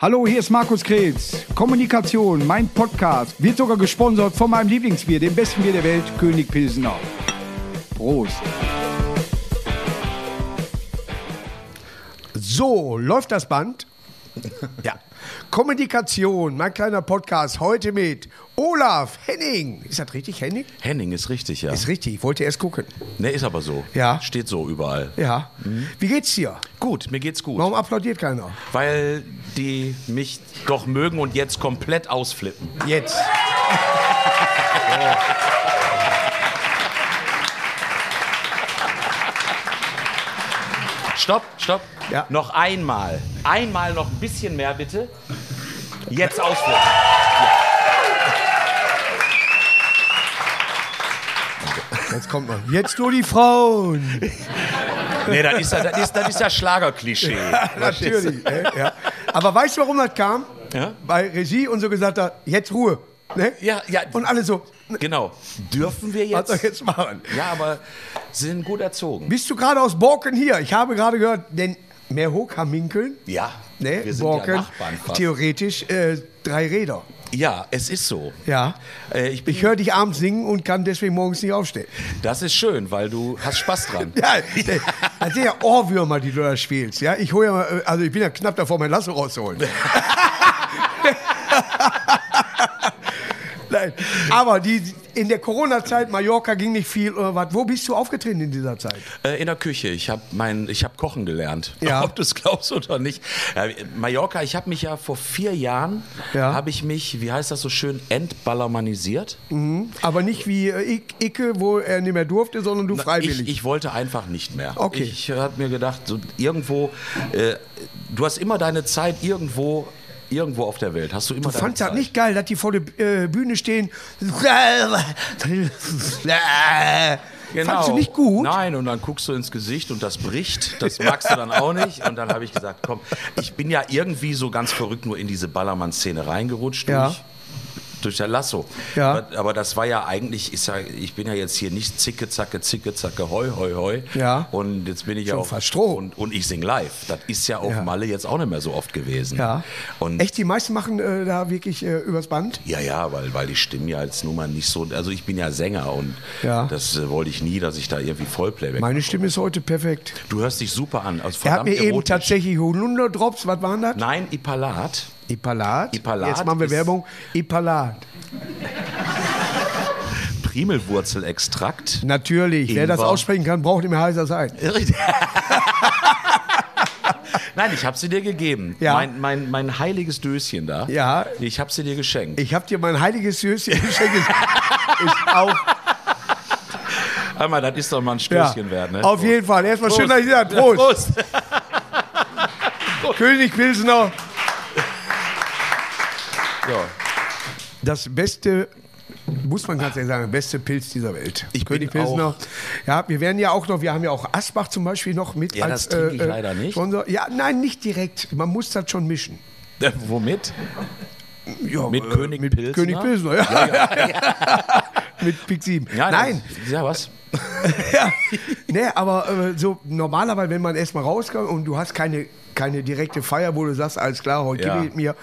Hallo, hier ist Markus Kretz. Kommunikation, mein Podcast, wird sogar gesponsert von meinem Lieblingsbier, dem besten Bier der Welt, König Pilsener. Prost. So, läuft das Band? Ja. Kommunikation, mein kleiner Podcast, heute mit Olaf Henning. Ist das richtig, Henning? Henning ist richtig, ja. Ist richtig, ich wollte erst gucken. Ne, ist aber so. Ja. Steht so überall. Ja. Wie geht's dir? Mhm. Gut, mir geht's gut. Warum applaudiert keiner? Weil die mich doch mögen und jetzt komplett ausflippen. Jetzt. Stopp, stopp. Ja. Noch einmal. Einmal noch ein bisschen mehr, bitte. Jetzt ausflippen. Jetzt kommt man. Jetzt nur die Frauen. Nee, das ist ja, das ist, das ist ja Schlagerklischee. Natürlich. ne? ja. Aber weißt du, warum das kam? Ja? Weil Regie und so gesagt hat, jetzt Ruhe. Ne? Ja, ja. Und alle so, Genau. Dürfen wir was soll ich jetzt? jetzt machen? Ja, aber sie sind gut erzogen. Bist du gerade aus Borken hier? Ich habe gerade gehört, denn Meerhokaminkeln, Ja, ne, wir sind ja Borken, Nachbarn fast. theoretisch äh, drei Räder. Ja, es ist so. Ja. Äh, ich bin Ich höre dich abends singen und kann deswegen morgens nicht aufstehen. Das ist schön, weil du hast Spaß dran. Ja, das sind ja Ohrwürmer, die du da spielst. Ja, ich hole ja mal, äh, also ich bin ja knapp davor, mein Lasso rauszuholen. Nein, aber die, in der Corona-Zeit, Mallorca ging nicht viel oder was. Wo bist du aufgetreten in dieser Zeit? Äh, in der Küche. Ich habe mein, ich habe kochen gelernt. Ja. Ob du es glaubst oder nicht. Ja, Mallorca. Ich habe mich ja vor vier Jahren Ja. habe ich mich, wie heißt das so schön, entballermanisiert. Mhm. Hm? Aber nicht wie äh, Ick- Icke, wo er nicht mehr durfte, sondern du freiwillig. Ich, ich wollte einfach nicht mehr. Okay. Ich habe mir gedacht, so irgendwo, äh, du hast immer deine Zeit irgendwo, irgendwo auf der Welt. Hast du immer Du deine fandst halt Zeit. das nicht geil, dass die vor der äh, Bühne stehen. Genau. Fandst du nicht gut? Nein, und dann guckst du ins Gesicht und das bricht. Das magst du dann auch nicht. Und dann habe ich gesagt, komm, ich bin ja irgendwie so ganz verrückt nur in diese Ballermann-Szene reingerutscht Ja. durch, durch der Lasso. Ja. Aber, aber das war ja eigentlich, ich, sag, ich bin ja jetzt hier nicht zicke, zacke, zicke, zacke, heu, heu, heu. Ja. Und jetzt bin ich ja Schon auch... fast Stroh. Und, und ich sing live. Das ist ja auf Ja. Malle jetzt auch nicht mehr so oft gewesen. Ja. Und Echt, die meisten machen äh, da wirklich äh, übers Band? ja, ja, weil, weil die Stimmen ja jetzt nun mal nicht so. Also ich bin ja Sänger und Ja. das äh, wollte ich nie, dass ich da irgendwie Vollplayback Meine Stimme ist heute perfekt. Du hörst dich super an. Er Also hat verdammt mir eben erotisch. tatsächlich Holunderdrops, was waren das? Nein, Ipalat. Ipalat. Ipalat Jetzt machen wir ist- Werbung. Ipalat. Primelwurzelextrakt. Natürlich, wer das Ingwer. aussprechen kann, braucht nicht mehr heißer sein. Nein, ich habe sie dir gegeben. Ja. Mein, mein, mein heiliges Döschen da. Ja. Ich habe sie dir geschenkt. Ich habe dir mein heiliges Höschen geschenkt. ist auch, Einmal, das ist doch mal ein ja, Stößchen wert. Ne? Auf jeden Fall. Erstmal schön, dass ihr da. Prost. Prost. König Pilsener. Ja. das beste, muss man ganz ehrlich sagen, beste Pilz dieser Welt. Ich bin auch- Ja, wir werden ja auch noch, wir haben ja auch Asbach zum Beispiel noch mit Ja, als äh, das trinke ich leider nicht. Sponsor. Ja, nein, nicht direkt. Man muss das schon mischen. Äh, Womit? Ja, äh, Mit König mit Pilsner? König Pilsner, ja. mit Pik 7. nein, Das, ja, was? ja. Nee, aber äh, so normalerweise, wenn man erstmal rauskommt und du hast keine, keine direkte Feier, wo du sagst, alles klar, heute Ja. gebe ich mir.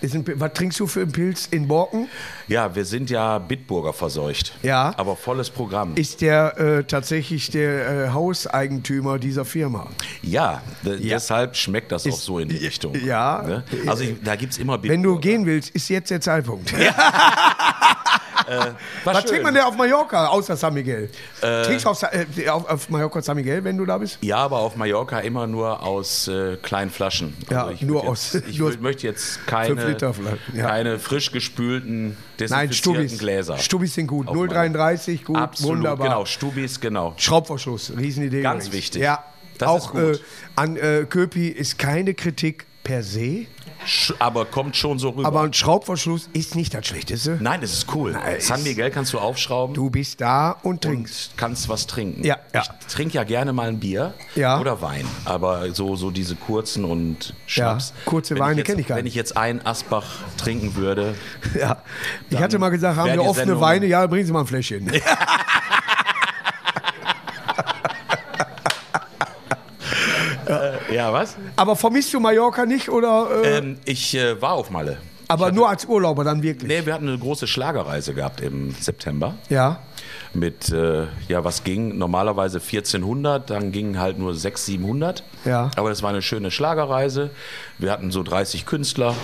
Ist ein, Pil- was trinkst du für einen Pilz in Borken? Ja, wir sind ja Bitburger verseucht. Ja. Aber volles Programm. ist der äh, tatsächlich der äh, Hauseigentümer dieser Firma. ja, de- deshalb schmeckt das auch Ist- so in die Richtung. Ja. Ne? Also ich, da gibt es immer Bitburger. Wenn du gehen willst, ist jetzt der Zeitpunkt. War Was schön. trinkt man denn auf Mallorca außer San Miguel? Trinkst du auf, Sa- äh, auf, auf Mallorca San Miguel, wenn du da bist? Ja, aber auf Mallorca immer nur aus äh, kleinen Flaschen. Also Ja, ich nur würd aus- Jetzt, ich nur würd, aus- möchte jetzt keine, 5-Liter-Flaschen, ja. keine frisch gespülten, Nein, desinfizierten Stubis. Gläser. Stubis sind gut. Auf Mallorca. 0,33, gut, Absolut, wunderbar. genau. Stubis, genau. Schraubverschluss, Riesenidee. Ganz übrigens. wichtig. Ja, Das ist auch gut. Äh, an äh, Köpi ist keine Kritik per se, Sch aber kommt schon so rüber. aber ein Schraubverschluss ist nicht das Schlechteste. Nein, es ist cool. San Miguel kannst du aufschrauben. Du bist da und trinkst. und kannst was trinken. Ja, ja. Ich trinke ja gerne mal ein Bier Ja. oder Wein, aber so, so diese kurzen und Schnaps. Ja, kurze Wenn Weine jetzt- kenn ich gar Wenn nicht. ich jetzt einen Asbach trinken würde, Ja. Ich hatte mal gesagt, haben wär wir die offene Sendung- Weine? Ja, bringen Sie mal ein Fläschchen. ja, Ja, was? Aber vermisst du Mallorca nicht oder? Äh, Ähm, ich äh, war auf Malle. aber nur als Urlauber dann wirklich. Nee, wir hatten eine große Schlagerreise gehabt im September. Ja. Mit, äh, ja, was ging? Normalerweise 1400, dann gingen halt nur 600, 700. Ja. Aber das war eine schöne Schlagerreise. Wir hatten so 30 Künstler.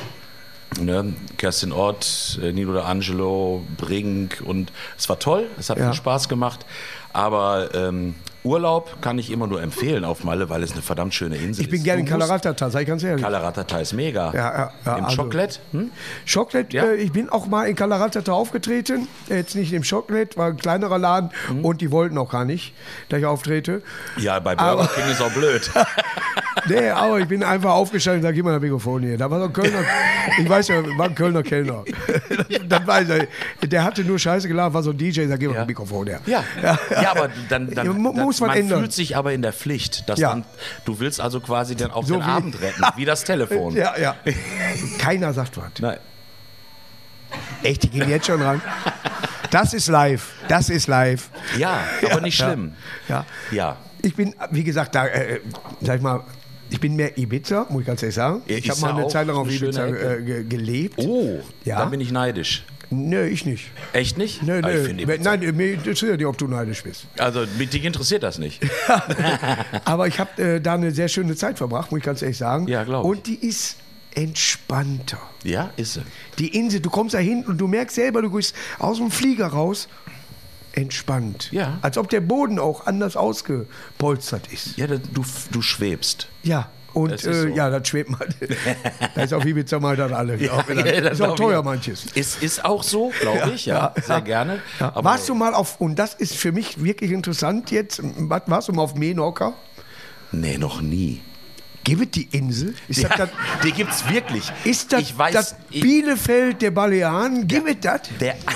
Ne? Kerstin Ott, äh, Nino D'Angelo, Brink und es war toll, es hat Ja. viel Spaß gemacht. Aber ähm, Urlaub kann ich immer nur empfehlen auf Malle, weil es eine verdammt schöne Insel ist. Ich bin gerne in Du musst- Kalaratata, sei ganz ehrlich. Kalaratata ist mega. Ja, ja, ja, Im also- Chocolate? Hm? Chocolate, Ja. äh, ich bin auch mal in Kalaratata aufgetreten. Jetzt nicht im Chocolate, war ein kleinerer Laden Mhm. und die wollten auch gar nicht, dass ich auftrete. Ja, bei Burger Aber- King ist auch blöd. Nee, aber ich bin einfach aufgestanden und sag, gib mal das Mikrofon hier. Da war so ein Kölner, ich weiß ja, war ein Kölner Kellner. Dann weiß ich, der hatte nur Scheiße geladen, war so ein DJ, sag, gib mal das Mikrofon her. Ja, ja, aber dann, dann, Mu- dann muss man, ändern. fühlt sich aber in der Pflicht, dass Ja. dann, du willst also quasi dann auch So den wie- Abend retten, wie das Telefon. Äh, Ja, ja. Keiner sagt was. Nein. Echt, die gehen jetzt schon ran. Das ist live. Das ist live. ja, aber nicht schlimm. Ja. Ja. Ich bin, wie gesagt, da, äh, sag ich mal, ich bin mehr Ibiza, muss ich ganz ehrlich sagen. Ja, ich habe ist mal ja eine auch Zeit lang auf eine schöne Ibiza Ecke. äh, ge- gelebt. Oh, Ja. dann bin ich neidisch. Nö, ich nicht. Echt nicht? Nö, Ah, ich nö. find Wenn- eben- Nein, mir interessiert ja nicht, ob du neidisch bist. also mit dich interessiert das nicht. Aber ich habe äh, da eine sehr schöne Zeit verbracht, muss ich ganz ehrlich sagen. Ja, glaub ich. Und die ist entspannter. ja, ist sie. Die Insel, du kommst da hin und du merkst selber, du gehst aus dem Flieger raus, entspannt. Ja. Als ob der Boden auch anders ausgepolstert ist. Ja, das- du, du schwebst. Ja. Und Das ist äh, so. ja, das schwebt mal. da ist auf Ibiza mal dann alle. glaub ich. Ja, das ist auch glaub teuer ich. manches. Ist, ist auch so, glaube ich, ja. Sehr gerne. Aber warst du mal auf, und das ist für mich wirklich interessant jetzt, wa- warst du mal auf Menorca? Nee, noch nie. Gibt die Insel? Ist Ja, das, das, die gibt's wirklich. ist das, ich weiß, das ich- Bielefeld der Balearen? Gibt es das? Der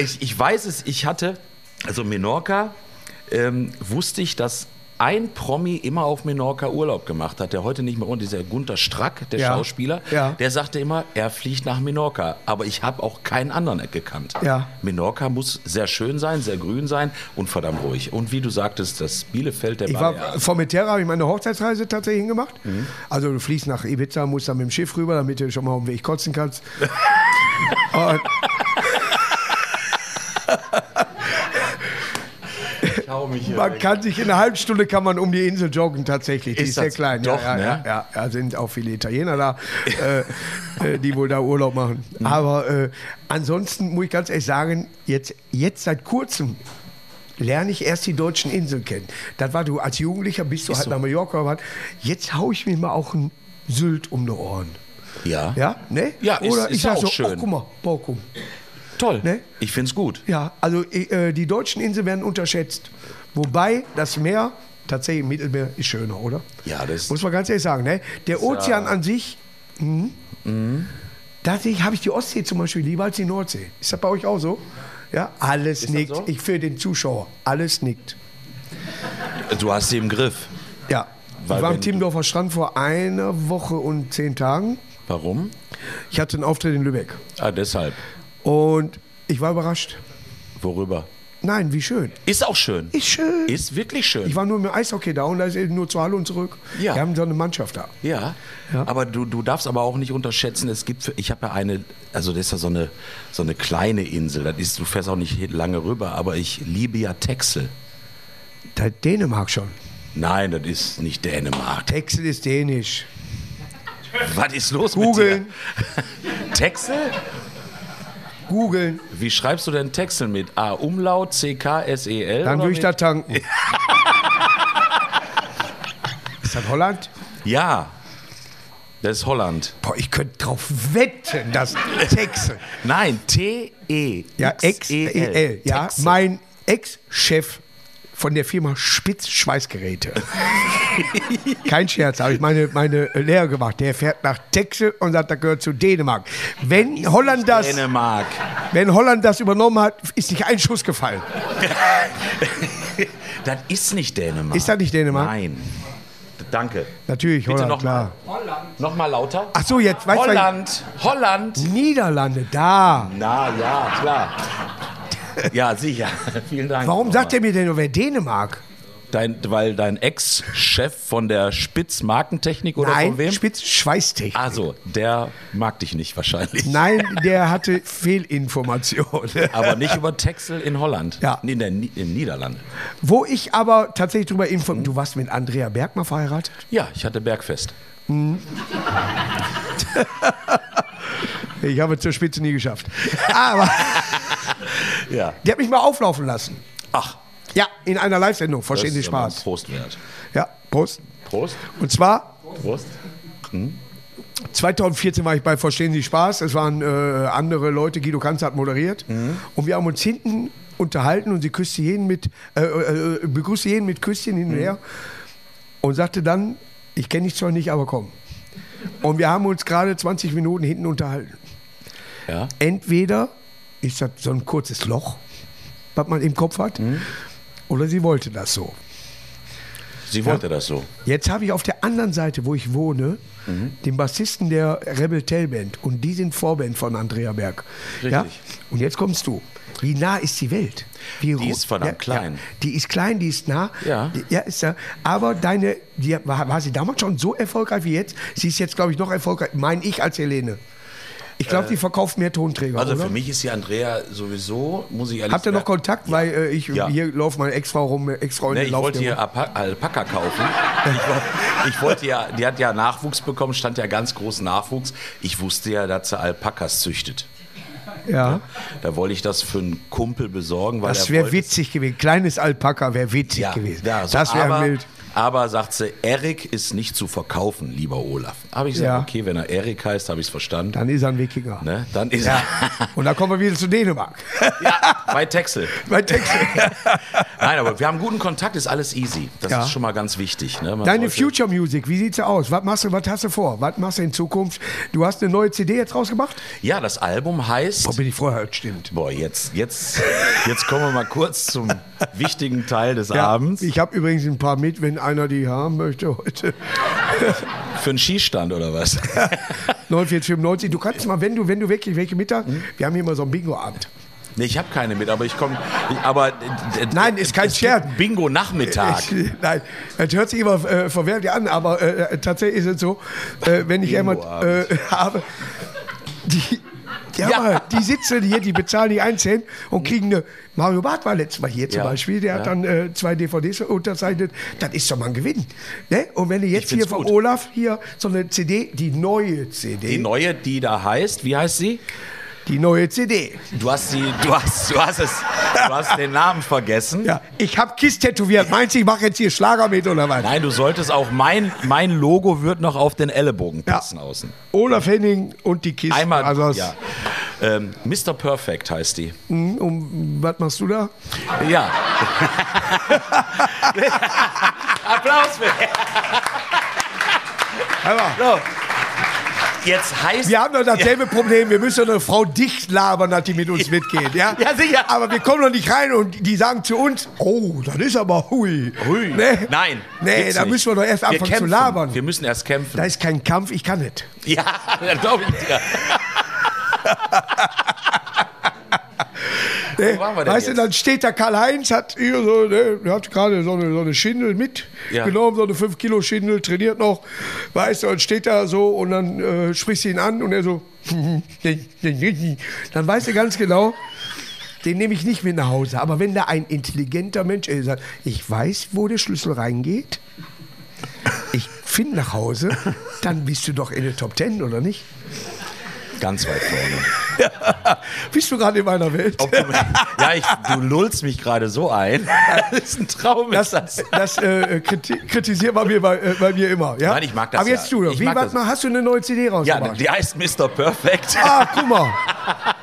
ich, ich weiß es, ich hatte, also Menorca, ähm, wusste ich, dass ein Promi immer auf Menorca Urlaub gemacht hat, der heute nicht mehr und dieser Gunter Strack, der Ja. Schauspieler, Ja. der sagte immer, er fliegt nach Menorca. Aber ich habe auch keinen anderen gekannt. Ja. Menorca muss sehr schön sein, sehr grün sein und verdammt ruhig. Und wie du sagtest, das Bielefeld der Ich war Balearen. Mhm. von Metera habe ich meine Hochzeitsreise tatsächlich hingemacht. Also du fliegst nach Ibiza, musst dann mit dem Schiff rüber, damit du schon mal auf dem Weg kotzen kannst. Und Ich hau mich hier man weg. kann sich in einer halben Stunde kann man um die Insel joggen tatsächlich. Die Ist ist, sehr das- klein. doch, ja, ja, ne? ja, ja, ja, sind auch viele Italiener da, äh, äh, die wohl da Urlaub machen. Mhm. Aber äh, ansonsten muss ich ganz ehrlich sagen, jetzt, jetzt seit kurzem lerne ich erst die deutschen Inseln kennen. Das war du als Jugendlicher bist du halt nach Mallorca gefahren. Jetzt hau ich mir mal auch ein Sylt um die Ohren. Ja. Ja, ne? Ja, ist- Oder ist ich sag auch so, schön. Oh, guck mal, Borkum. Toll. Ne? Ich find's gut. Ja, also äh, die deutschen Inseln werden unterschätzt. Wobei das Meer, tatsächlich im Mittelmeer, ist schöner, oder? Ja, das Muss man ganz ehrlich sagen, ne? Der Ozean an sich, Mhm. mh, tatsächlich habe ich die Ostsee zum Beispiel lieber als die Nordsee. Ist das bei euch auch so? Ja, alles nickt. so? Ich für den Zuschauer, alles nickt. Du hast sie im Griff. Ja. Weil ich war am wenn Timmendorfer Strand vor einer Woche und zehn Tagen. Warum? Ich hatte einen Auftritt in Lübeck. Ah, deshalb. Und ich war überrascht. Worüber? Nein, wie schön. Ist auch schön. Ist schön. Ist wirklich schön. Ich war nur mit dem Eishockey da und da ist eben nur zur Halle und zurück. Ja. Wir haben so eine Mannschaft da. ja. Aber du, du darfst aber auch nicht unterschätzen, es gibt, für- ich habe ja eine, also das ist ja so eine, so eine kleine Insel, das ist, du fährst auch nicht lange rüber, aber ich liebe ja Texel. Da Dänemark schon. Nein, das ist nicht Dänemark. Texel ist dänisch. Was ist los Googeln. mit dir? Texel? Googeln, Wie schreibst du denn Texel mit? A, Umlaut, C, K, S, E, L? dann oder würde ich mit- da tanken. ist das Holland? Ja. Das ist Holland. Boah, ich könnte drauf wetten, dass Texel. Nein, T, E. Ja, X, E, L. X-E-L. Ja, Texel. mein Ex-Chef von der Firma Spitz Schweißgeräte. Kein Scherz, habe ich meine, meine Lehre gemacht. Der fährt nach Texel und sagt, das gehört zu Dänemark. Wenn Holland das, Dänemark. wenn Holland das übernommen hat, ist nicht ein Schuss gefallen. Das ist nicht Dänemark. Ist das nicht Dänemark? Nein. D- Danke. Natürlich, Bitte Holland, noch mal. klar. Nochmal lauter. Ach so, jetzt weiß man- Holland. Holland. Niederlande, da. Na ja, klar. Ja, sicher. Vielen Dank. Warum sagt er mir denn nur, wer Dänemark? Dein, weil dein Ex-Chef von der Spitz Markentechnik oder von Nein, wem? Spitz Schweißtechnik. also, der mag dich nicht wahrscheinlich. Nein, der hatte Fehlinformationen. Aber nicht über Texel in Holland. Ja. Nee, in den Ni in Niederlanden. Wo ich aber tatsächlich drüber informiert, du warst mit Andrea Bergmann verheiratet? Ja, ich hatte Bergfest. Ich habe es zur Spitze nie geschafft. Aber Ja. die hat mich mal auflaufen lassen. Ach, Ja, in einer Live-Sendung, das verstehen Sie ist aber ein Spaß. Prost wert. Ja, Prost. Prost. Und zwar, Prost. 2014 war ich bei Verstehen Sie Spaß, es waren äh, andere Leute, Guido Kanz hat moderiert. Und wir haben uns hinten unterhalten und sie küsste jeden mit, äh, äh, begrüßte jeden mit Küsschen hin und her und sagte dann, ich kenne dich zwar nicht, aber komm. Und wir haben uns gerade 20 Minuten hinten unterhalten. Ja. Entweder ist das so ein kurzes Loch, was man im Kopf hat, oder sie wollte das so. Sie wollte das so. Jetzt habe ich auf der anderen Seite, wo ich wohne, Mhm. den Bassisten der Rebel Tell Band und die sind Vorband von Andrea Berg. Ja? Richtig. Und jetzt kommst du. Wie nah ist die Welt? Wie ru- ist verdammt klein. Ja, die ist klein, die ist nah. Ja. Die- ja ist da. Aber deine, die, war, war sie damals schon so erfolgreich wie jetzt? Sie ist jetzt, glaube ich, noch erfolgreich, meine ich als Helene. Ich glaube, die verkauft mehr Tonträger. Äh, Also oder? für mich ist die Andrea sowieso, muss ich ehrlich Habt ihr noch sagen- Kontakt? Weil äh, ich Ja. hier laufe meine Ex-Frau rum, Ex-Freundin Ne, ich laufen wollte hier hier Apa- Alpaka kaufen. Ich, war, ich wollte ja, die hat ja Nachwuchs bekommen, stand ja ganz groß Nachwuchs. Ich wusste ja, dass sie Alpakas züchtet. rum. Ja. Da wollte ich das für einen Kumpel besorgen, weil Das er wäre wollte- witzig gewesen. Kleines Alpaka wäre witzig ja, gewesen. Ja, so, das wäre aber- wild. Aber sagt sie, Erik ist nicht zu verkaufen, lieber Olaf. Habe ich gesagt, Ja. okay, wenn er Erik heißt, habe ich es verstanden. Dann ist er ein Wikinger. ne? Dann ist Und dann kommen wir wieder zu Dänemark. er ja, bei Texel. Bei Texel. Nein, aber wir haben guten Kontakt, ist alles easy. Das Ja. ist schon mal ganz wichtig. Ne? Man Deine sollte- Future Music, wie sieht's aus? Was machst du, was hast du vor? Was machst du in Zukunft? Du hast eine neue CD jetzt rausgemacht? Ja, das Album heißt. Boah, bin ich vorher, stimmt. Boah, jetzt, jetzt, jetzt kommen wir mal kurz zum wichtigen Teil des Abends. Ich habe übrigens ein paar mit, wenn einer die haben möchte heute. Für einen Skistand oder was? 9495. Du kannst mal, wenn du, wenn du wirklich welche mit hast, Hm? wir haben hier mal so einen Bingo-Abend. Nee, ich habe keine mit, aber ich komme. Aber äh, äh, Nein, ist kein es Scherz. gibt Bingo Nachmittag. Ich, nein, das hört sich immer äh, verwerflich an, aber äh, tatsächlich ist es so, äh, wenn ich jemand äh, Bingo-Abend. habe, die, ja, Ja. Mal, die sitzen hier, die bezahlen die 1 Cent und kriegen eine. Mario Barth war letztes Mal hier zum Ja, Beispiel, der hat ja. dann äh, zwei DVDs unterzeichnet. Das ist doch mal ein Gewinn. Ne? Und wenn du jetzt hier find's von gut. Olaf hier so eine CD, die neue CD, Die die, neue, die da heißt, wie heißt sie? neue CD. Du hast sie, du hast, du hast es, du hast den Namen vergessen. Ja, ich habe Kiss tätowiert. Meinst du, ich mache jetzt hier Schlager mit oder was? Nein, du solltest auch mein, mein Logo wird noch auf den Ellenbogen passen außen. Olaf Henning und die Kiss. Einmal, Also, ja. Ähm, Mr. Perfect heißt die. Um, was machst du da? Ja. Applaus für So. Jetzt heißt Wir haben doch dasselbe Problem. Wir müssen doch eine Frau dicht labern, dass die mit uns mitgeht. Ja? Ja, sicher. Aber wir kommen doch nicht rein und die sagen zu uns, oh, das ist aber hui. Hui. Nee? Nein. Nee, gibt's da nicht. müssen wir doch erst Wir anfangen zu kämpfen. labern. Wir müssen erst kämpfen. Da ist kein Kampf, ich kann nicht. ja, das glaube ich dir. Nee. Wo waren wir denn Weißt du, jetzt? dann steht da Karl-Heinz, hat, hier so, ne, der hat gerade so eine, so eine Schindel mit, Ja. genommen, so eine 5-Kilo-Schindel, trainiert noch, weißt du, und steht da so und dann äh, sprichst du ihn an und er so, dann weißt du ganz genau, den nehme ich nicht mit nach Hause. Aber wenn da ein intelligenter Mensch ist, der sagt, ich weiß, wo der Schlüssel reingeht, ich finde nach Hause, dann bist du doch in der Top 10, oder nicht? Ganz weit vorne. Bist du gerade in meiner Welt? Ob du, ja, ich, du lullst mich gerade so ein. Das ist ein Traum. Das, Ist das. das äh, kriti kritisiert man mir bei, äh, bei mir immer. Ja? Nein, ich mag das Aber jetzt ja. du doch. Ich Wie, mag warte das. mal, hast du eine neue CD Ja, rausgebracht? die heißt Mr. Perfect. ah, guck mal.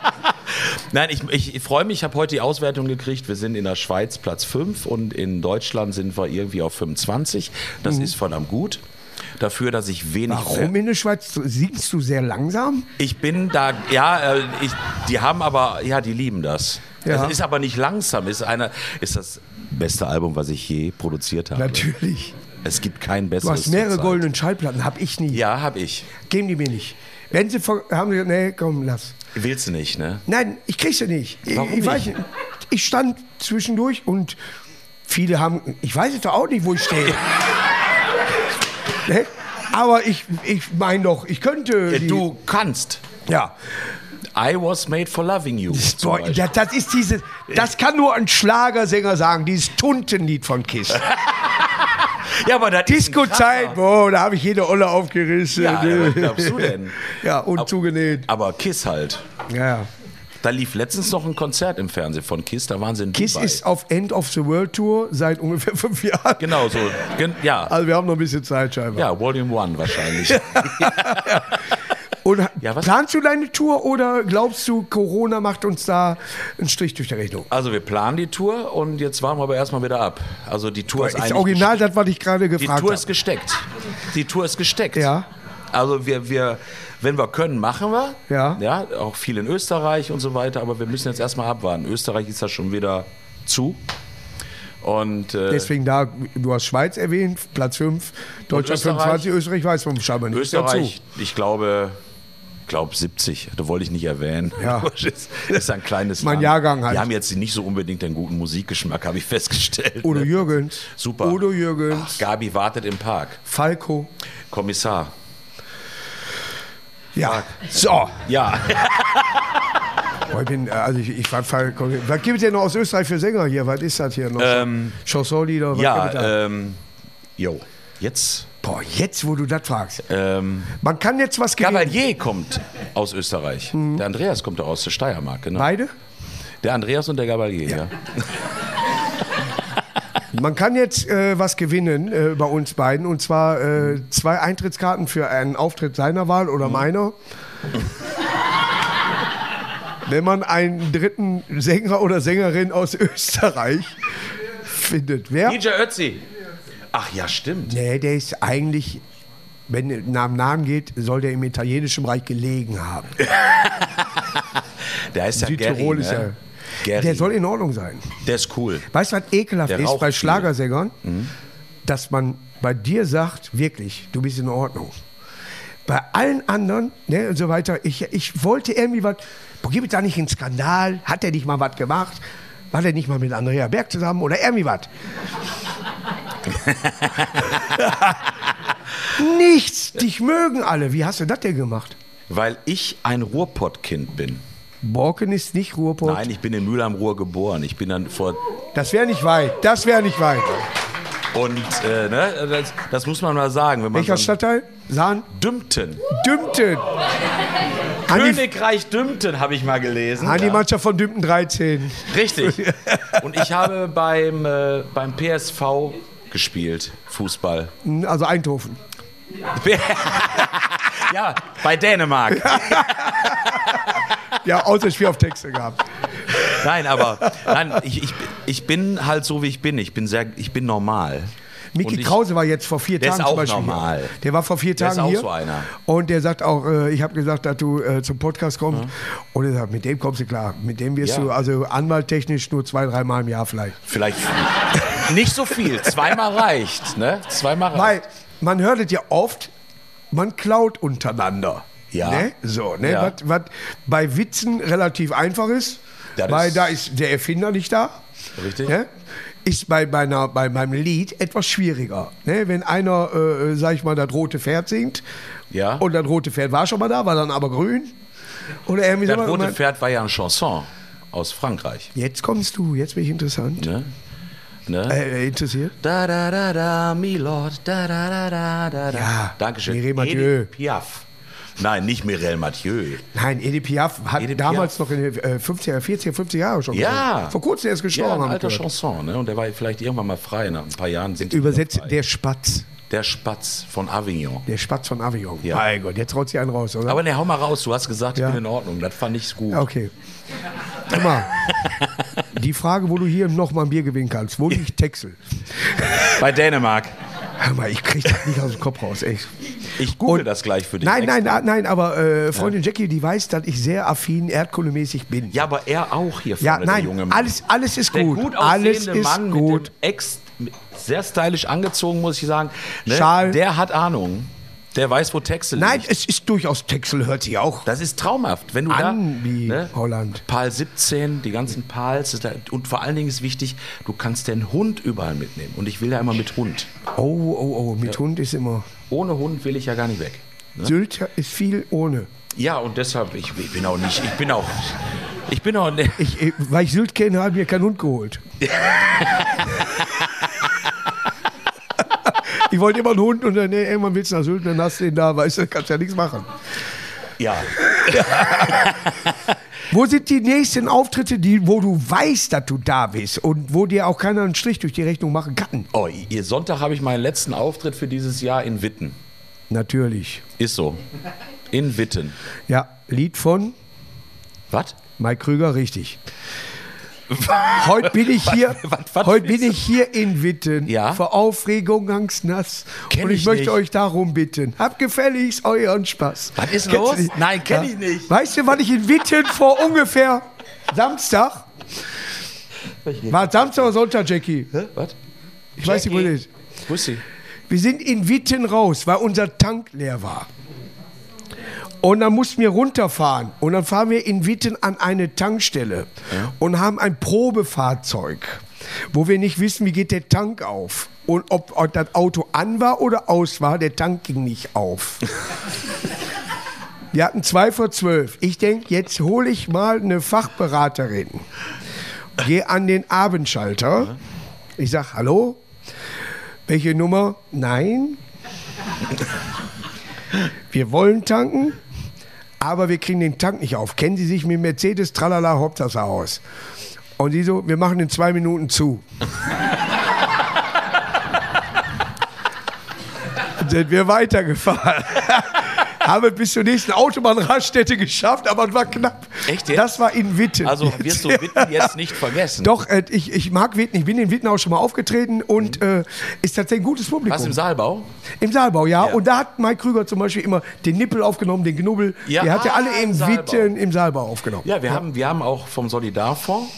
Nein, ich, ich, ich freue mich, ich habe heute die Auswertung gekriegt. Wir sind in der Schweiz Platz 5 und in Deutschland sind wir irgendwie auf 25. Das ist verdammt gut. Dafür, dass ich wenig. Mhm. Warum in der Schweiz singst du sehr langsam? Ich bin da, ja, äh, ich, die haben aber, ja, die lieben das. Ja. Das ist aber nicht langsam, ist einer, ist das beste Album, was ich je produziert habe. Natürlich. Es gibt kein Du besseres. hast mehrere zurzeit. goldene Schallplatten, hab ich nie. Ja, habe ich. Geben die mir nicht. Wenn sie ver- haben, sie- nee, komm, lass. Willst du nicht, ne? Nein, ich krieg sie nicht. Ich- Warum ich, weiß nicht? nicht. ich stand zwischendurch und viele haben, ich weiß es doch auch nicht, wo ich stehe. ne? Aber ich, ich meine doch, ich könnte. Ja, die- du kannst. ja. I was made for loving you. zum Boah, Beispiel. das, das ist dieses, das kann nur ein Schlagersänger sagen, dieses Tuntenlied von Kiss. ja, aber das ist ein Disco-Zeit, boah, da habe ich jede Olle aufgerissen. Kracher. Ja, was glaubst du denn? Ja, und Ab- zugenäht. Aber Kiss halt. Ja. Da lief letztens noch ein Konzert im Fernsehen von Kiss, da waren sie in Kiss Dubai. ist auf End of the World Tour seit ungefähr fünf Jahren. Genau so. Gen ja. Also wir haben noch ein bisschen Zeit scheinbar. ja, Volume One wahrscheinlich. Und Ja, was- planst du deine Tour oder glaubst du, Corona macht uns da einen Strich durch die Rechnung? Also wir planen die Tour und jetzt warten wir aber erstmal wieder ab. Also die Tour ist Das ist eigentlich original das, was ich gerade Die gefragt Tour ist habe. gesteckt. Die Tour ist gesteckt. Ja. Also wir, wir, wenn wir können, machen wir. Ja. Ja, auch viel in Österreich und so weiter, aber wir müssen jetzt erstmal abwarten. Österreich ist ja schon wieder zu. Und äh, Deswegen da, du hast Schweiz erwähnt, Platz 5, Deutschland Österreich? 25, Österreich weiß vom Scheinbar nicht Österreich, ich glaube, glaube 70, da wollte ich nicht erwähnen. Ja. Das ist- das ist ein kleines Mein Land. Jahrgang halt. Die haben jetzt nicht so unbedingt einen guten Musikgeschmack, habe ich festgestellt. dazu. Udo ne? Jürgens. Super. Udo Jürgens, Gabi wartet im Park. Falco. Kommissar. Ja. So. Ja. Boah, ich bin, äh, also ich, ich war Falco. Was gibt es denn noch aus Österreich für Sänger hier? Was ist das hier noch? Ähm, Chansonlieder? was gibt's da? Ja, ähm, jo. Jetzt. Boah, jetzt, wo du das fragst. Ähm, Man kann jetzt was gewinnen. Cavalier kommt aus Österreich. Mhm. Der Andreas kommt auch aus der Steiermark, genau. Beide? Der Andreas und der Cavalier, ja. Man kann jetzt äh, was gewinnen äh, bei uns beiden und zwar äh, zwei Eintrittskarten für einen Auftritt seiner Wahl oder Mhm. meiner. Wenn man einen dritten Sänger oder Sängerin aus Österreich findet. Wer? DJ Ötzi. Ach ja, stimmt. Nee, der ist eigentlich, wenn es nach dem Namen geht, soll der im italienischen Bereich gelegen haben. Der ist ja Südtirol Gary, ist ne? Gary. Der soll in Ordnung sein. Der ist cool. Weißt du, was ekelhaft Der ist raucht bei viel. Mhm. Schlagersängern? Dass man bei dir sagt, wirklich, du bist in Ordnung. Bei allen anderen ne, und so weiter, ich, ich wollte irgendwie was, boah, gibt es da nicht einen Skandal? Hat der nicht mal was gemacht? War der nicht mal mit Andrea Berg zusammen oder irgendwie was? Nichts, dich mögen alle. Wie hast du das denn gemacht? Weil ich ein Ruhrpottkind bin. Borken ist nicht Ruhrpott. Nein, ich bin in Mülheim Ruhr geboren. Ich bin dann vor Das wäre nicht weit, das wäre nicht weit. Also und äh, ne, das, das muss man mal sagen, wenn man Welcher so- Stadtteil? Sahn? Dümmten. Dümpten. An die, Königreich Dümmten habe ich mal gelesen. an die Mannschaft von Dümpten 13. Richtig. Und ich habe beim, äh, beim PSV gespielt, Fußball. Also Eindhoven. Ja, bei Dänemark. Ja, außer ich Spiel auf Texte gehabt. Nein, aber nein, ich, ich, ich bin halt so, wie ich bin. Ich bin sehr, ich bin normal. Und Micky ich- Krause war jetzt vor vier Der ist Tagen auch zum Beispiel normal. hier. Der war vor vier Der Tagen ist auch hier. so einer. Und der sagt auch, äh, ich habe gesagt, dass du äh, zum Podcast kommst. Und er sagt, mit dem kommst du klar. Mit dem wirst Ja. du also anwalttechnisch nur zwei, dreimal im Jahr vielleicht. Vielleicht nicht so viel. Zweimal reicht, ne? Zweimal Weil reicht. man hört es ja oft, man klaut untereinander. Ja. Ne? So, ne? Ja. Was, was bei Witzen relativ einfach ist, Das weil ist- da ist der Erfinder nicht da. Richtig. Ne? Ist bei, bei, einer, bei meinem Lied etwas schwieriger. Ne? Wenn einer, äh, sag ich mal, das rote Pferd singt Ja. und das rote Pferd war schon mal da, war dann aber grün. Oder irgendwie Das so, rote man- Pferd war ja ein Chanson aus Frankreich. Jetzt kommst du, jetzt bin ich interessant. Ne? Ne? Äh, interessiert? Da da da da, Milord, da da da da da. da. Ja, Dankeschön. Mireille Mathieu. Edith Piaf. Nein, nicht Mireille Mathieu. Nein, Edith Piaf hat Edith damals noch in den äh, 50er, 40er, 50er Jahren schon Ja. gesungen. Vor kurzem erst Ja, gestorben. ein haben wir alter gehört. Chanson, ne? Und der war vielleicht irgendwann mal frei. Nach ein paar Jahren sind die Übersetzt wieder frei. der Spatz. der Spatz von Avignon. Der Spatz von Avion. Ja. Mein Gott, jetzt raut sie einen raus, oder? Aber ne, hau mal raus. Du hast gesagt, ich Ja. bin in Ordnung. Das fand ich gut. okay. Guck mal, die Frage, wo du hier nochmal ein Bier gewinnen kannst, wo liegt Texel? Bei Dänemark. Hör mal, ich krieg das nicht aus dem Kopf raus, echt. Ich google Und- das gleich für dich. Nein, nein, nein, nein, aber äh, Freundin Jackie, die weiß, dass ich sehr affin erdkohlemäßig bin. Ja, aber er auch hier vorne, Ja, der junge nein, Mann. alles, alles ist der gut. gut alles aussehende ist Mann gut. mit dem Ex, mit- sehr stylisch angezogen, muss ich sagen. Ne? Schal. Der hat Ahnung. Der weiß, wo Texel Nein, liegt. es ist durchaus Texel, hört sich auch Das ist traumhaft. Wenn du An da, ne? wie Holland. PAL 17, die ganzen PALs, das ist da- und vor allen Dingen ist wichtig, du kannst den Hund überall mitnehmen. Und ich will ja immer mit Hund. Oh, oh, oh, mit Hund ist immer. Ohne Hund will ich ja gar nicht weg. Sylt ist viel ohne. Ja, und deshalb, ich, ich bin auch nicht, ich bin auch, ich bin auch, ne, Ich, äh, weil ich Sylt kenne, habe mir keinen Hund geholt. ich wollte immer einen Hund und dann nee, irgendwann willst du nach Sylt, dann hast du den da, weißt du, kannst ja nichts machen. ja. Wo sind die nächsten Auftritte, die, wo du weißt, dass du da bist und wo dir auch keiner einen Strich durch die Rechnung machen kann? Oh, ihr Sonntag habe ich meinen letzten Auftritt für dieses Jahr in Witten. Natürlich. Ist so. In Witten. Ja, Lied von Was? Mike Krüger, richtig. Heute bin ich hier, Was- was heute bin willst ich hier in Witten. Ja? Vor Aufregung angstnass. Kenn und ich, ich möchte nicht. euch darum bitten. Habt gefälligst euren Spaß. Was ist Kennst du los? nicht? Nein, kenn ich nicht. Weißt du, wann ich in Witten vor ungefähr Samstag? War Samstag oder Sonntag, Jackie? Was? Ich weiß nicht, wo das ist. Wo ist sie? Wir sind in Witten raus, weil unser Tank leer war. Und dann mussten wir runterfahren. Und dann fahren wir in Witten an eine Tankstelle und haben ein Probefahrzeug, wo wir nicht wissen, wie geht der Tank auf. Und ob, ob das Auto an war oder aus war, der Tank ging nicht auf. Wir hatten zwei vor zwölf. Ich denke, jetzt hole ich mal eine Fachberaterin. Gehe an den Abendschalter. Ich sage, hallo, welche Nummer? Nein. Wir wollen tanken, aber wir kriegen den Tank nicht auf. Kennen Sie sich mit Mercedes, tralala, Hauptsache aus. Und die so, wir machen in zwei Minuten zu. Dann sind wir weitergefahren. Haben es bis zur nächsten Autobahnraststätte geschafft, aber es war knapp. Echt jetzt? Das war in Witten. Also wirst du Witten jetzt nicht vergessen. Doch, äh, ich, ich mag Witten. Ich bin in Witten auch schon mal aufgetreten und äh, ist tatsächlich ein gutes Publikum. Mhm. Was im Saalbau? Im Saalbau, ja. Und da hat Mike Krüger zum Beispiel immer den Nippel aufgenommen, den Knubbel. Ja, Die hat ja ah, alle im im Saalbau. Witten im Saalbau aufgenommen. Ja, wir, Haben, wir haben auch vom Solidarfonds,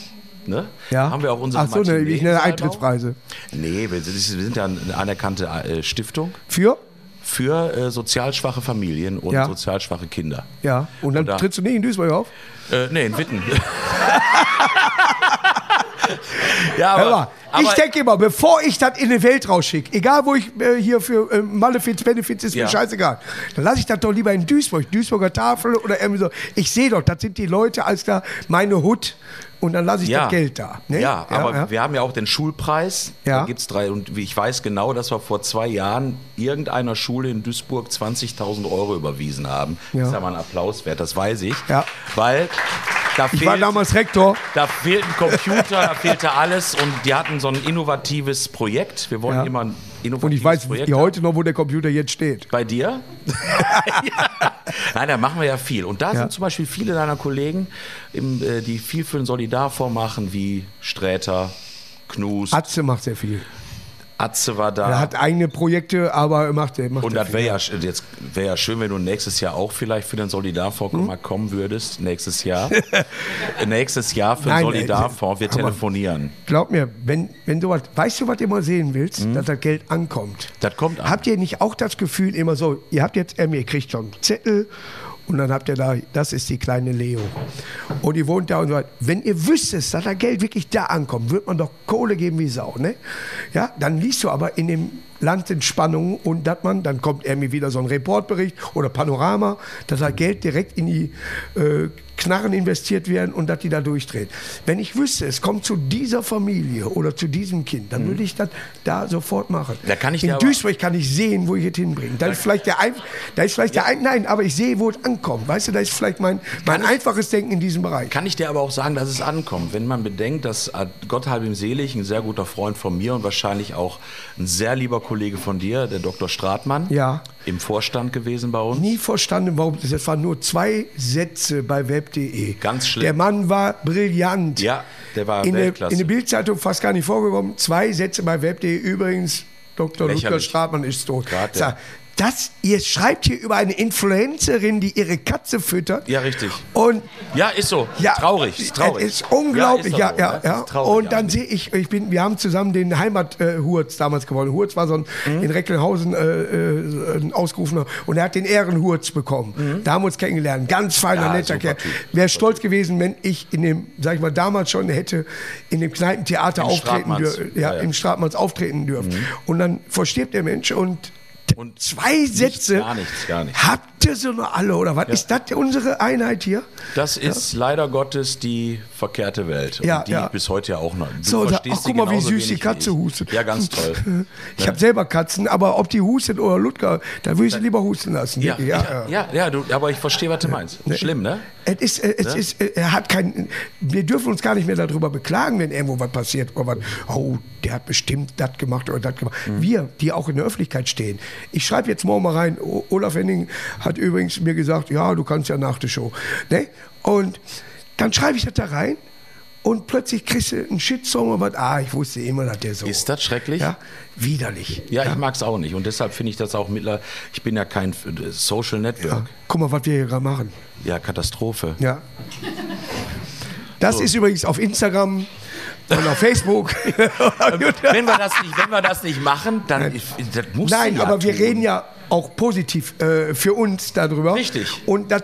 ne? Ja. Haben wir auch unsere Ach so, ne, Matinee ich nenne im Saalbau. Eintrittspreise. Nee, wir, sind- wir sind ja eine anerkannte äh, Stiftung Für? für äh, sozial schwache Familien und Ja. sozial schwache Kinder. Ja. Und dann Oder- trittst du nicht in Duisburg auf? Äh, nee, in Witten. ja, aber, Hör mal, ich denke immer, bevor ich das in die Welt rausschicke, egal wo ich äh, hier für äh, Malefits, Benefits, ist Ja. mir scheißegal, dann lasse ich das doch lieber in Duisburg, Duisburger Tafel oder irgendwie so. Ich sehe doch, das sind die Leute, als da meine Hut und dann lasse ich das Geld da. ne? Ja, aber wir haben ja auch den Schulpreis. Ja. Da gibt's drei. Und wie- ich weiß genau, dass wir vor zwei Jahren irgendeiner Schule in Duisburg 20.000 Euro überwiesen haben. Ja. Das ist ja mal ein Applaus wert, das weiß ich. Ja. Weil da ich war fehlt- damals Rektor. Da fehlt ein Computer, da fehlte alles und die hatten so ein innovatives Projekt. Wir wollen Ja. immer ein innovatives Und ich weiß Projekt. wie heute noch, wo der Computer jetzt steht. Bei dir? ja. Nein, da machen wir ja viel. Und da Ja. sind zum Beispiel viele deiner Kollegen, im, äh, die viel für den Solidarfonds machen, wie Sträter, Knus, Atze macht sehr viel. Atze war Er da. hat eigene Projekte, aber macht er. Macht und er das viel. wäre ja, sch- jetzt wär ja schön, wenn du nächstes Jahr auch vielleicht für den Solidarfonds Hm? mal kommen würdest. Nächstes Jahr. nächstes Jahr für den Nein, äh, Solidarfonds. Wir aber- telefonieren. Glaub mir, wenn, wenn sowas, weißt du, was du immer sehen willst? Dass das Geld ankommt. Hm? Das kommt an. Habt ihr nicht auch das Gefühl immer so, ihr habt jetzt, ähm, ihr kriegt schon einen Zettel und dann habt ihr da, das ist die kleine Leo. Und ihr wohnt da und so weiter. Wenn ihr wüsstet, dass das Geld wirklich da ankommt, würde man doch Kohle geben wie Sau, ne? Ja, dann liest du aber in dem Land in Spannungen und dass man, dann kommt irgendwie wieder so ein Reportbericht oder Panorama, dass das Geld direkt in die äh, Knarren investiert werden und dass die da durchdrehen. Wenn ich wüsste, es kommt zu dieser Familie oder zu diesem Kind, dann würde ich das da sofort machen. Mhm. Da kann ich dir in aber- Duisburg kann ich sehen, wo ich es hinbringe. Da ist vielleicht der, ein, da ist vielleicht der ein, nein, aber ich sehe, wo es ankommt. Weißt du, da ist vielleicht mein, mein einfaches Denken in diesem Bereich. Kann ich dir aber auch sagen, dass es ankommt. Wenn man bedenkt, dass äh, Gott halb ihm selig, ein sehr guter Freund von mir und wahrscheinlich auch ein sehr lieber Kollege von dir, der Dr. Stratmann, Ja. im Vorstand gewesen bei uns. Nie verstanden, warum das das waren nur zwei Sätze bei web.de. Ganz schlimm. Der Mann war brillant. Ja, der war in der, Weltklasse. in der Bildzeitung fast gar nicht vorgekommen. Zwei Sätze bei web.de übrigens. Dr. Lächerlich. Ludger Stratmann ist tot. Grad, Sag, Das, ihr schreibt hier über eine Influencerin, die ihre Katze füttert. Ja, richtig. Und Ja, ist so. ja, traurig. Ist traurig. Es ist unglaublich, ja, Ja, ist doch so, ja, ne? ja. Ist traurig und dann eigentlich. sehe ich, ich bin, wir haben zusammen den Heimat äh, Hurz damals gewonnen. Hurz war so ein Mhm. in Recklinghausen äh, äh, ein Ausgerufener und er hat den Ehrenhurz bekommen. Da haben wir uns kennengelernt. Ganz feiner, Mhm. Ja, netter super Kerl. Typ, Wäre stolz gewesen, wenn ich in dem, sag ich mal, damals schon hätte in dem Kneipentheater Im auftreten Stratmanns. dürfen, ja, Ja, ja. im Stratmanns auftreten dürfen. Und dann verstirbt der Mensch und Und Zwei Sätze. gar nichts, gar nichts. Habt ihr so eine alle oder was? Ist das unsere Einheit hier? Das ist leider Gottes die verkehrte Welt. Ja, und die ja. ich bis heute ja auch noch. Du So, da, verstehst ach, sie guck mal, wie genauso süß die wenig wie Katze ich. hustet. Ja, ganz toll. Ich habe selber Katzen, aber ob die hustet oder Ludger, da würde ich sie lieber husten lassen. Ja, wirklich, ja, ja, ja du, aber ich verstehe, was du meinst. Schlimm, ne? Es ist, äh, es ist, äh, er hat kein, wir dürfen uns gar nicht mehr darüber beklagen, wenn irgendwo was passiert. Oder was, oh, der hat bestimmt das gemacht oder das gemacht. Mhm. Wir, die auch in der Öffentlichkeit stehen. Ich schreibe jetzt morgen mal rein, O- Olaf Henning hat übrigens mir gesagt, ja, du kannst ja nach der Show. Ne? Und dann schreibe ich das da rein und plötzlich kriegst du einen Shitstorm und was, ah, ich wusste immer, dass der so. Ist das schrecklich? Ja, widerlich. Ja, ich mag es auch nicht. Und deshalb finde ich das auch mittlerweile. Ich bin ja kein F- äh, Social Network. Guck mal, was wir hier gerade machen. Ja, Katastrophe. Ja. Das ist übrigens auf Instagram und auf Facebook. Wenn wir das nicht, wenn wir das nicht machen, dann ich, das muss Nein, sie ja aber wir tun. reden ja auch positiv äh, für uns darüber. Richtig. Und dass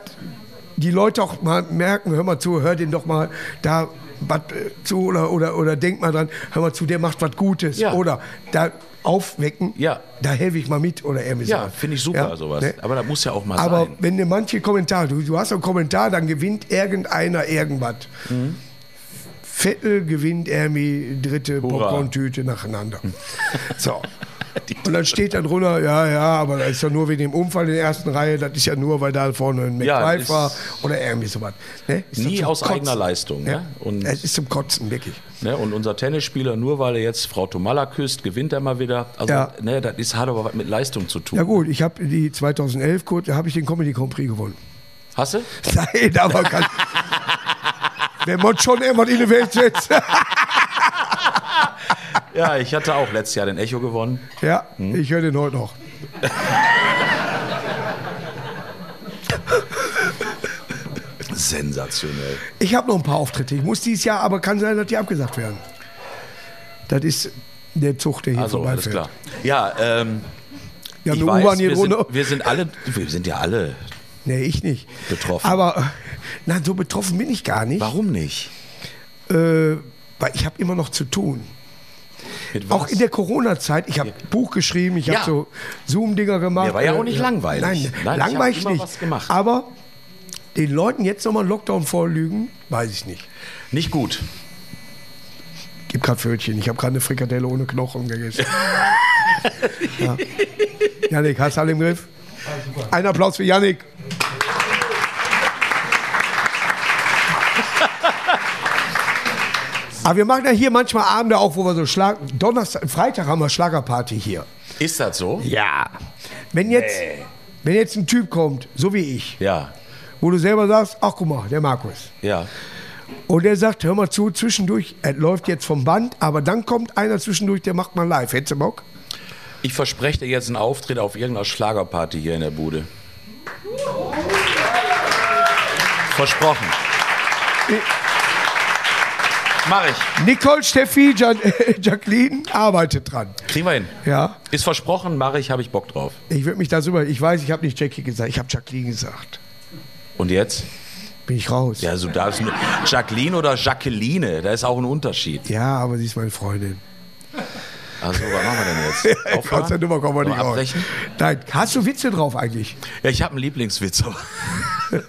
die Leute auch mal merken, hör mal zu, hör den doch mal da was äh, zu oder, oder, oder denk mal dran, hör mal zu, der macht was Gutes. Ja. Oder da aufwecken, Ja. da helfe ich mal mit oder irgendwie Ja, so. finde ich super Ja, sowas. ne? Aber da muss ja auch mal Aber sein. wenn dir manche Kommentare, du, du hast einen Kommentar, dann gewinnt irgendeiner irgendwas. Mhm. Vettel gewinnt irgendwie dritte Hurra. Hm. Popcorn-Tüte nacheinander. so. Und dann steht dann drunter, ja, ja, aber das ist ja nur wegen dem Unfall in der ersten Reihe, das ist ja nur, weil da vorne ein Ja, McDrive ist- war oder irgendwie sowas. Ne? Ist doch Nie zum aus Kotzen. eigener Leistung. Ja. Ne? Und, es ist zum Kotzen, wirklich. ne? und unser Tennisspieler, nur weil er jetzt Frau Tomalla küsst, gewinnt er mal wieder. Also, Ja. ne, das ist, hat aber was mit Leistung zu tun. Ja gut, ich habe die 2011, kurz, da habe ich den Comedy Grand Prix gewonnen. Hast du? Nein, aber kann. Wenn man schon immer in die Welt setzt. Ja, ich hatte auch letztes Jahr den Echo gewonnen. Ja, Hm? ich höre den heute noch. Sensationell. Ich habe noch ein paar Auftritte. Ich muss dieses Jahr, aber kann sein, dass die abgesagt werden. Das ist der Zug, der hier Also, alles vorbeifährt. klar. Ja, ähm. Ja, ich eine weiß, U-Bahn hier wir, sind, runter. wir sind alle, wir sind ja alle. Nee, ich nicht. Betroffen. Aber äh, nein, so betroffen bin ich gar nicht. Warum nicht? Äh, weil ich habe immer noch zu tun. Mit Auch was? in der Corona-Zeit. Ich habe Buch geschrieben, ich Ja. habe so Zoom-Dinger gemacht. Ja, war ja auch Äh, nicht langweilig. Nein, Nein, ich langweilig hab immer nicht. was gemacht. Aber den Leuten jetzt nochmal einen Lockdown vorlügen, weiß ich nicht. nicht gut. Gib grad Pfötchen. Ich habe gerade eine Frikadelle ohne Knochen gegessen. ja. Janik, hast du alle im Griff? Ein Applaus für Janik. Aber wir machen ja hier manchmal Abende auch, wo wir so Schlag... Donnerstag, Freitag haben wir Schlagerparty hier. Ist das so? Ja. Wenn jetzt, wenn jetzt ein Typ kommt, so wie ich, Ja, wo du selber sagst, ach guck mal, der Markus. ja. Und er sagt, hör mal zu, zwischendurch, es läuft jetzt vom Band, aber dann kommt einer zwischendurch, der macht mal live. Hättest du Bock? Ich verspreche dir jetzt einen Auftritt auf irgendeiner Schlagerparty hier in der Bude. Versprochen. Mach ich. Nicole, Steffi, ja Jacqueline arbeitet dran. Kriegen wir hin. Ja, Ist versprochen, mache ich, habe ich Bock drauf. ich würde mich da super, ich weiß, ich habe nicht Jackie gesagt, ich habe Jacqueline gesagt. Und jetzt? Bin ich raus. Ja, also da ist nur Jacqueline oder Jacqueline, da ist auch ein Unterschied. Ja, aber sie ist meine Freundin. Also, was machen wir denn jetzt? Aus der Nummer kommen wir nicht raus. abbrechen? Nein, hast du Witze drauf eigentlich? Ja, ich habe einen Lieblingswitz. aber-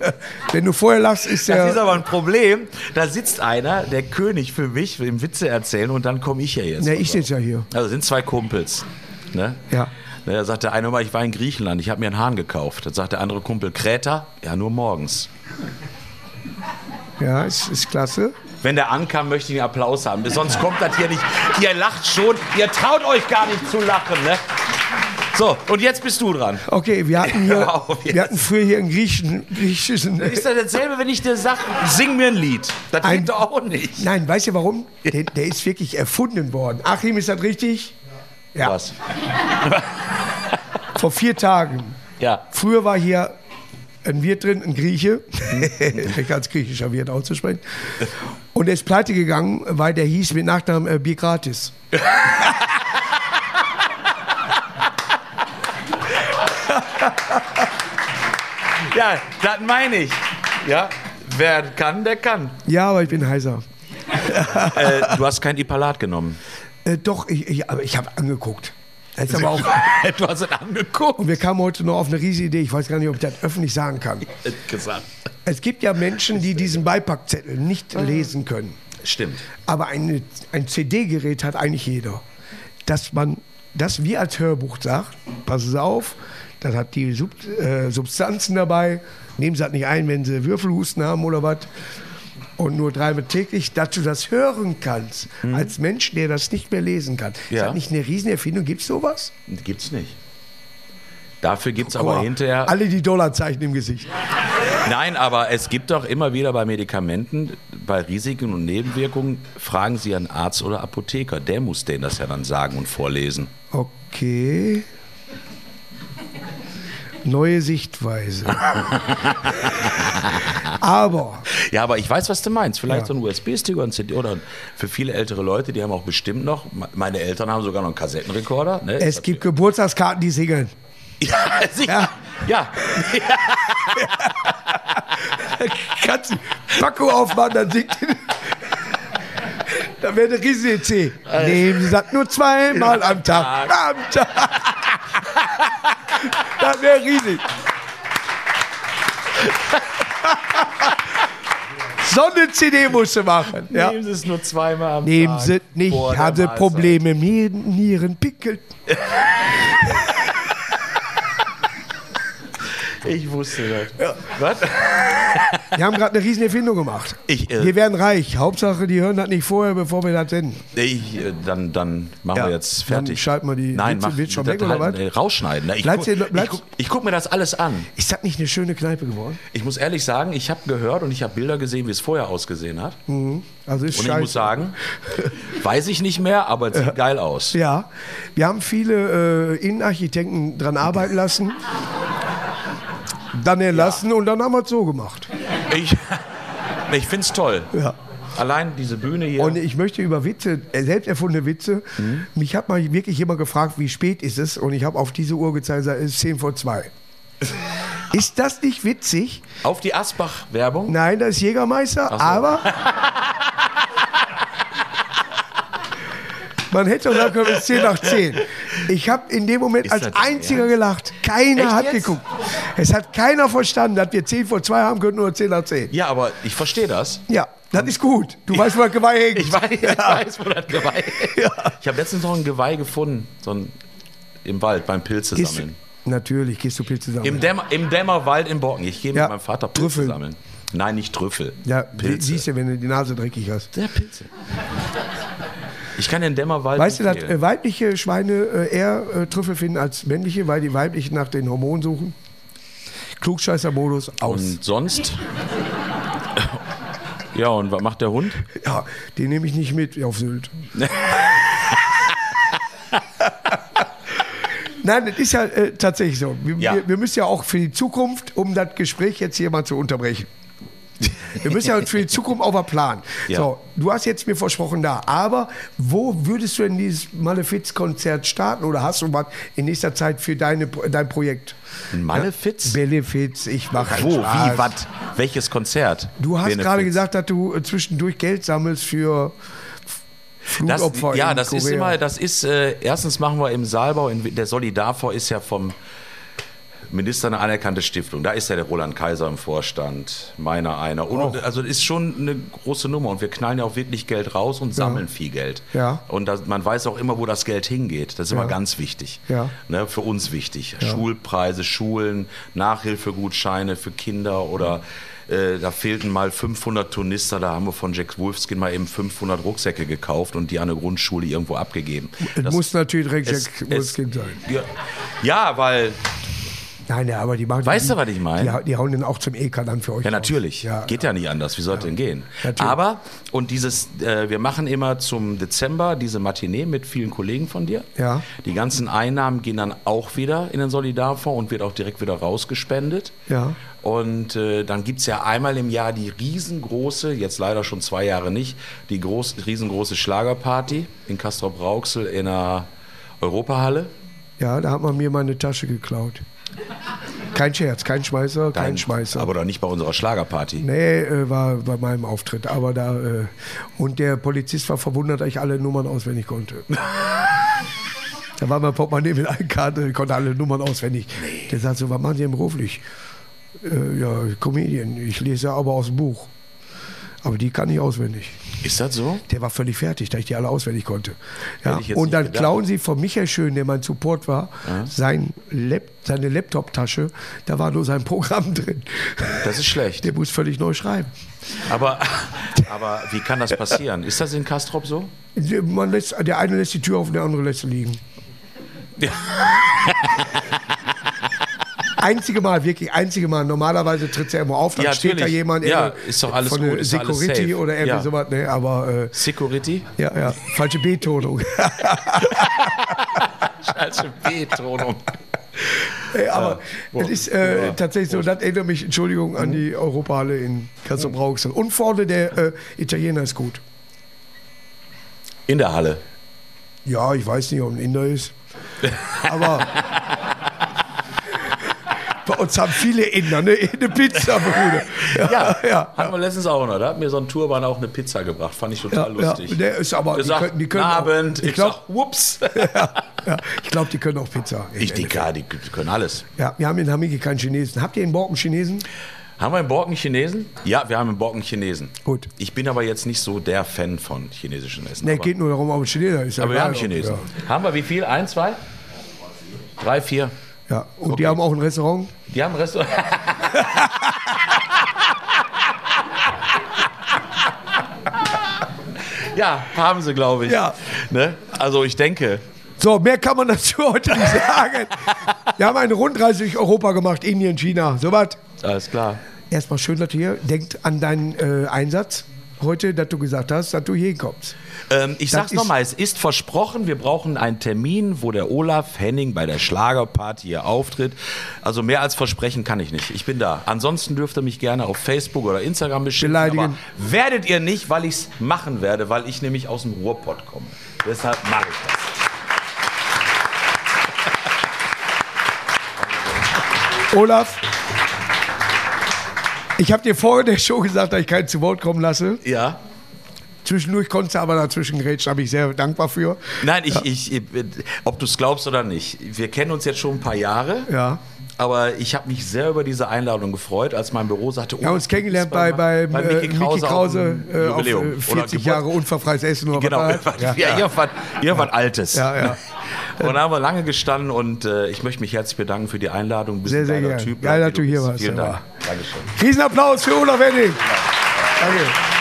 Wenn du vorher lachst, ist Das ist der... aber ein Problem. Da sitzt einer, der König für mich, will ihm Witze erzählen und dann komme ich ja jetzt. Ne, ich sitze ja hier. Also sind zwei Kumpels. Ne? Ja. Ne, da sagt der eine mal, ich war in Griechenland, ich habe mir einen Hahn gekauft. Dann sagt der andere Kumpel, Kräter? Ja, nur morgens. Ja, ist, ist klasse. Wenn der ankam, möchte ich einen Applaus haben. Sonst kommt das hier nicht. Ihr lacht schon, ihr traut euch gar nicht zu lachen. Ne? So, und jetzt bist du dran. Okay, wir hatten Hör hier, auf jetzt. wir hatten früher hier einen Griechen, griechischen... Ist das dasselbe, wenn ich dir sage, sing mir ein Lied? Das Ein- geht doch auch nicht. Nein, weißt du warum? Der, der ist wirklich erfunden worden. Achim, ist das richtig? Ja. Was? vor vier Tagen. Ja. Früher war hier ein Wirt drin, ein Grieche. ich als griechischer Wirt auszusprechen. Und er ist pleite gegangen, weil der hieß mit Nachnamen äh, Bier gratis. Ja, das meine ich. Ja, wer kann, der kann. Ja, aber ich bin heiser. Äh, du hast kein Ipalat genommen. Äh, doch, ich, ich, aber ich habe angeguckt. Das ist aber auch, du hast es angeguckt. und wir kamen heute noch auf eine riesige Idee. Ich weiß gar nicht, ob ich das öffentlich sagen kann. Äh, Gesagt. Es gibt ja Menschen, die diesen Beipackzettel nicht lesen können. Stimmt. Aber eine, ein CD-Gerät hat eigentlich jeder. Dass man, dass wir als Hörbuch sagt, pass es auf, das hat die Sub, äh, Substanzen dabei, nehmen sie das nicht ein, wenn sie Würfelhusten haben oder was. Und nur dreimal täglich, dass du das hören kannst, als Mensch, der das nicht mehr lesen kann. Ist Hm. Ja. das nicht eine Riesenerfindung? Gibt es sowas? Gibt's nicht. Dafür gibt's aber Boah, hinterher. Alle die Dollarzeichen im Gesicht. Nein, aber es gibt doch immer wieder bei Medikamenten, bei Risiken und Nebenwirkungen, fragen Sie einen Arzt oder Apotheker. Der muss denen das ja dann sagen und vorlesen. Okay. Neue Sichtweise. Aber Ja, aber ich weiß, was du meinst. Vielleicht Ja. so ein USB-Stick oder ein CD oder für viele ältere Leute, die haben auch bestimmt noch. Meine Eltern haben sogar noch einen Kassettenrekorder. Ne? es gibt Geburtstagskarten, die singeln. Ja, sicher. Ja. Kannst du Packung aufmachen, dann singt Da wäre eine riesige EC. Nehmen Sie das nur zweimal am Tag. Am Tag. Das wäre riesig. So eine CD musst du machen. Ja. Nehmen Sie es nur zweimal am Nehmen Tag Sie nicht, vor der haben Sie Mahlzeit. Probleme mit Nieren, Pickel. Ich wusste das. Was? Wir haben gerade eine riesen Erfindung gemacht. Ich, äh, Wir werden reich. Hauptsache, die hören das nicht vorher, bevor wir das senden. Ich, äh, dann, dann machen Ja. wir jetzt Dann fertig. schalten wir die- Nein, willst du- mach, willst du schon das weg oder halt- was? nee, Rausschneiden. Ich Bleibst guck, du- ich, bleibst- guck, ich guck mir das alles an. Ist das nicht eine schöne Kneipe geworden? Ich muss ehrlich sagen, ich habe gehört und ich habe Bilder gesehen, wie es vorher ausgesehen hat. Und Also ist ich scheiße. muss sagen, weiß ich nicht mehr, aber es sieht geil aus. ja, wir haben viele äh, Innenarchitekten dran arbeiten lassen, dann erlassen und dann haben wir es so gemacht. Ich, ich finde es toll. Ja. Allein diese Bühne hier. Und ich möchte über Witze, äh, selbst erfundene Witze, Mhm. mich hat mal wirklich jemand gefragt, wie spät ist es? Und ich habe auf diese Uhr gezeigt, es ist 10 vor 2. ist das nicht witzig? auf die Asbach-Werbung. Nein, das ist Jägermeister, so. aber. Man hätte doch sagen können, es ist 10 nach 10. Ich habe in dem Moment Ist als das dein einziger gelacht. Keiner Echt hat jetzt? geguckt. Es hat keiner verstanden, dass wir 10 vor 2 haben könnten oder 10 nach 10. Ja, aber ich verstehe das. Ja, das ist gut. Du weißt, wo das Geweih hängt. Ich weiß, ich weiß wo das Geweih Ich habe letztens noch ein Geweih gefunden. So ein, Im Wald, beim Pilze Gehst sammeln. du, natürlich, gehst du Pilze sammeln. Im, Dämmer, Im Dämmerwald in Borken. Ich gehe mit Ja, meinem Vater Pilze Trüffel. sammeln. Nein, nicht Trüffel. ja, Pilze. Pilze. siehst du, wenn du die Nase dreckig hast. Ja, Pilze. Ich kann den Dämmerwald. Weißt du, dass empfehlen. äh, weibliche Schweine äh, eher äh, Trüffel finden als männliche, weil die weiblichen nach den Hormonen suchen? Klugscheißer-Modus aus. Und sonst? ja, und was macht der Hund? Ja, den nehme ich nicht mit auf Sylt. Nein, das ist ja äh, tatsächlich so. Wir, Ja. Wir, wir müssen ja auch für die Zukunft, um das Gespräch jetzt hier mal zu unterbrechen. Wir müssen ja für die Zukunft auch mal planen. Ja. So, du hast jetzt mir versprochen da, aber wo würdest du denn dieses Malefiz-Konzert starten oder hast du was in nächster Zeit für deine, dein Projekt? Ein Malefiz? Benefits, ich mache einen Wo, Spaß. wie, was? Welches Konzert? Du hast Benefiz? gerade gesagt, dass du äh, zwischendurch Geld sammelst für F- das, Flugopfer. ja, in das Korea. ist immer, das ist, äh, erstens machen wir im Saalbau, in, der Solidarfonds ist ja vom Minister eine anerkannte Stiftung. Da ist ja der Roland Kaiser im Vorstand, meiner einer. Und, Auch. Also das ist schon eine große Nummer und wir knallen ja auch wirklich Geld raus und sammeln viel Geld. Ja. Und das, man weiß auch immer, wo das Geld hingeht. Das ist immer ganz wichtig. Ja. Ne, für uns wichtig. Schulpreise, Schulen, Nachhilfegutscheine für Kinder oder äh, da fehlten mal 500 Turnister, da haben wir von Jack Wolfskin mal eben 500 Rucksäcke gekauft und die an eine Grundschule irgendwo abgegeben. Es Das- muss natürlich direkt es- Jack es- Wolfskin sein. Ja, ja, weil Nein, ja, aber die machen. Weißt die, du, was ich meine? Die, hau- die hauen den auch zum EK dann für euch. Ja, raus. natürlich. Geht ja, nicht anders. Wie sollte denn gehen? Natürlich. Aber, und dieses, äh, wir machen immer zum Dezember diese Matinee mit vielen Kollegen von dir. Ja. Die ganzen Einnahmen gehen dann auch wieder in den Solidarfonds und wird auch direkt wieder rausgespendet. Ja. Und äh, dann gibt es ja einmal im Jahr die riesengroße, jetzt leider schon zwei Jahre nicht, die groß, riesengroße Schlagerparty in Castrop-Rauxel in der Europahalle. Ja, da hat man mir meine Tasche geklaut. Kein Scherz, kein Schmeißer, kein Ein- Schmeißer. Aber doch nicht bei unserer Schlagerparty. nee, äh, war bei meinem Auftritt. Aber da äh, und der Polizist war verwundert, dass ich alle Nummern auswendig konnte. da war mein Portemonnaie mit einer Karte, ich konnte alle Nummern auswendig. Der sagt so, was machen Sie denn beruflich? Äh, ja, Comedian. Ich lese ja aber aus dem Buch. Aber die kann ich auswendig. Ist das so? Der war völlig fertig, da ich die alle auswendig konnte. Ja. Hätte ich jetzt Und nicht dann gedacht. klauen sie von Michael Schön, der mein Support war, sein Lap seine Laptop-Tasche. Da war nur sein Programm drin. Das ist schlecht. Der muss völlig neu schreiben. Aber, aber wie kann das passieren? Ist das in Kastrop so? Man lässt, der eine lässt die Tür auf, der andere lässt sie liegen. Einzige Mal, wirklich, einzige Mal. Normalerweise tritt ja immer auf, dann Ja, steht da natürlich. jemand, Ja, äh, ist doch alles von der gut, ist doch alles Security safe. oder irgendwie Ja. sowas. Ne, aber Security? äh, ja, ja, falsche Betonung. Scheiße, Betonung. Äh, aber es ist äh, tatsächlich so, das erinnert mich, Entschuldigung, Mhm. an die Europahalle in kassel rauxel Und vorne der äh, Italiener ist gut. In der Halle. Ja, ich weiß nicht, ob ein Inder ist. Aber bei uns haben viele Inder ne? eine Pizza, Bruder. Ja, ja. hatten wir letztens auch noch. Da hat mir so ein Turban auch eine Pizza gebracht. Fand ich total Ja, lustig. der ist aber, die gesagt, können, die können "Guten auch- Abend. ich ich glaube, sag, whoops. ja, ich glaub, die können auch Pizza. Ich denke, ja, die können alles. Ja, wir haben in Hamigi keinen Chinesen. Habt ihr in Borken Chinesen? Haben wir einen Borken Chinesen? Ja, wir haben einen Borken Chinesen. Gut. Ich bin aber jetzt nicht so der Fan von chinesischem Essen. Ne, aber, geht nur darum, ob ein Chineser ist. Ja, aber wir egal, haben ob- Chinesen. Haben wir wie viel? Ein, zwei? Drei, vier. Ja, ja. und die haben auch ein Restaurant. Die haben ein Restaurant. ja, haben sie, glaube ich. Ja. Ne? Also ich denke, So, mehr kann man dazu heute nicht sagen. Wir haben eine Rundreise durch Europa gemacht, Indien, China, sowas. alles klar. Erstmal schön, dass du hier, denkt an deinen äh, Einsatz heute, dass du gesagt hast, dass du hier kommst. Ähm, ich sag's ist- nochmal, es ist versprochen, wir brauchen einen Termin, wo der Olaf Henning bei der Schlagerparty hier auftritt. Also mehr als versprechen kann ich nicht. Ich bin da. Ansonsten dürft ihr mich gerne auf Facebook oder Instagram beschimpfen. Beleidigen. Aber werdet ihr nicht, weil ich's machen werde, weil ich nämlich aus dem Ruhrpott komme. Deshalb mache ich das. Olaf, ich habe dir vor der Show gesagt, dass ich keinen zu Wort kommen lasse. Ja. Zwischendurch konntest du aber dazwischen grätschen, habe ich sehr dankbar für. Nein, ich, ich, ich ob du es glaubst oder nicht, wir kennen uns jetzt schon ein paar Jahre. Ja. Aber ich habe mich sehr über diese Einladung gefreut, als mein Büro sagte, oh, Wir haben uns kennengelernt du bist bei, bei, bei äh, Mickey Krause, dem äh, auf, Jubiläum. äh, Oder 40 Geburt- Jahre unverfreies Essen. Oder Genau, was war irgendwas, das? ja, ja, ja. irgendwas, irgendwas Altes. Ja, ja. Und da haben wir lange gestanden und äh, ich möchte mich herzlich bedanken für die Einladung. Du bist Sehr, ein sehr geiler gerne. Typ. Geil, bleib, dass wie du hier bist. warst, Vielen ja. Dank. Dankeschön. Riesenapplaus für Olaf Henning. Danke.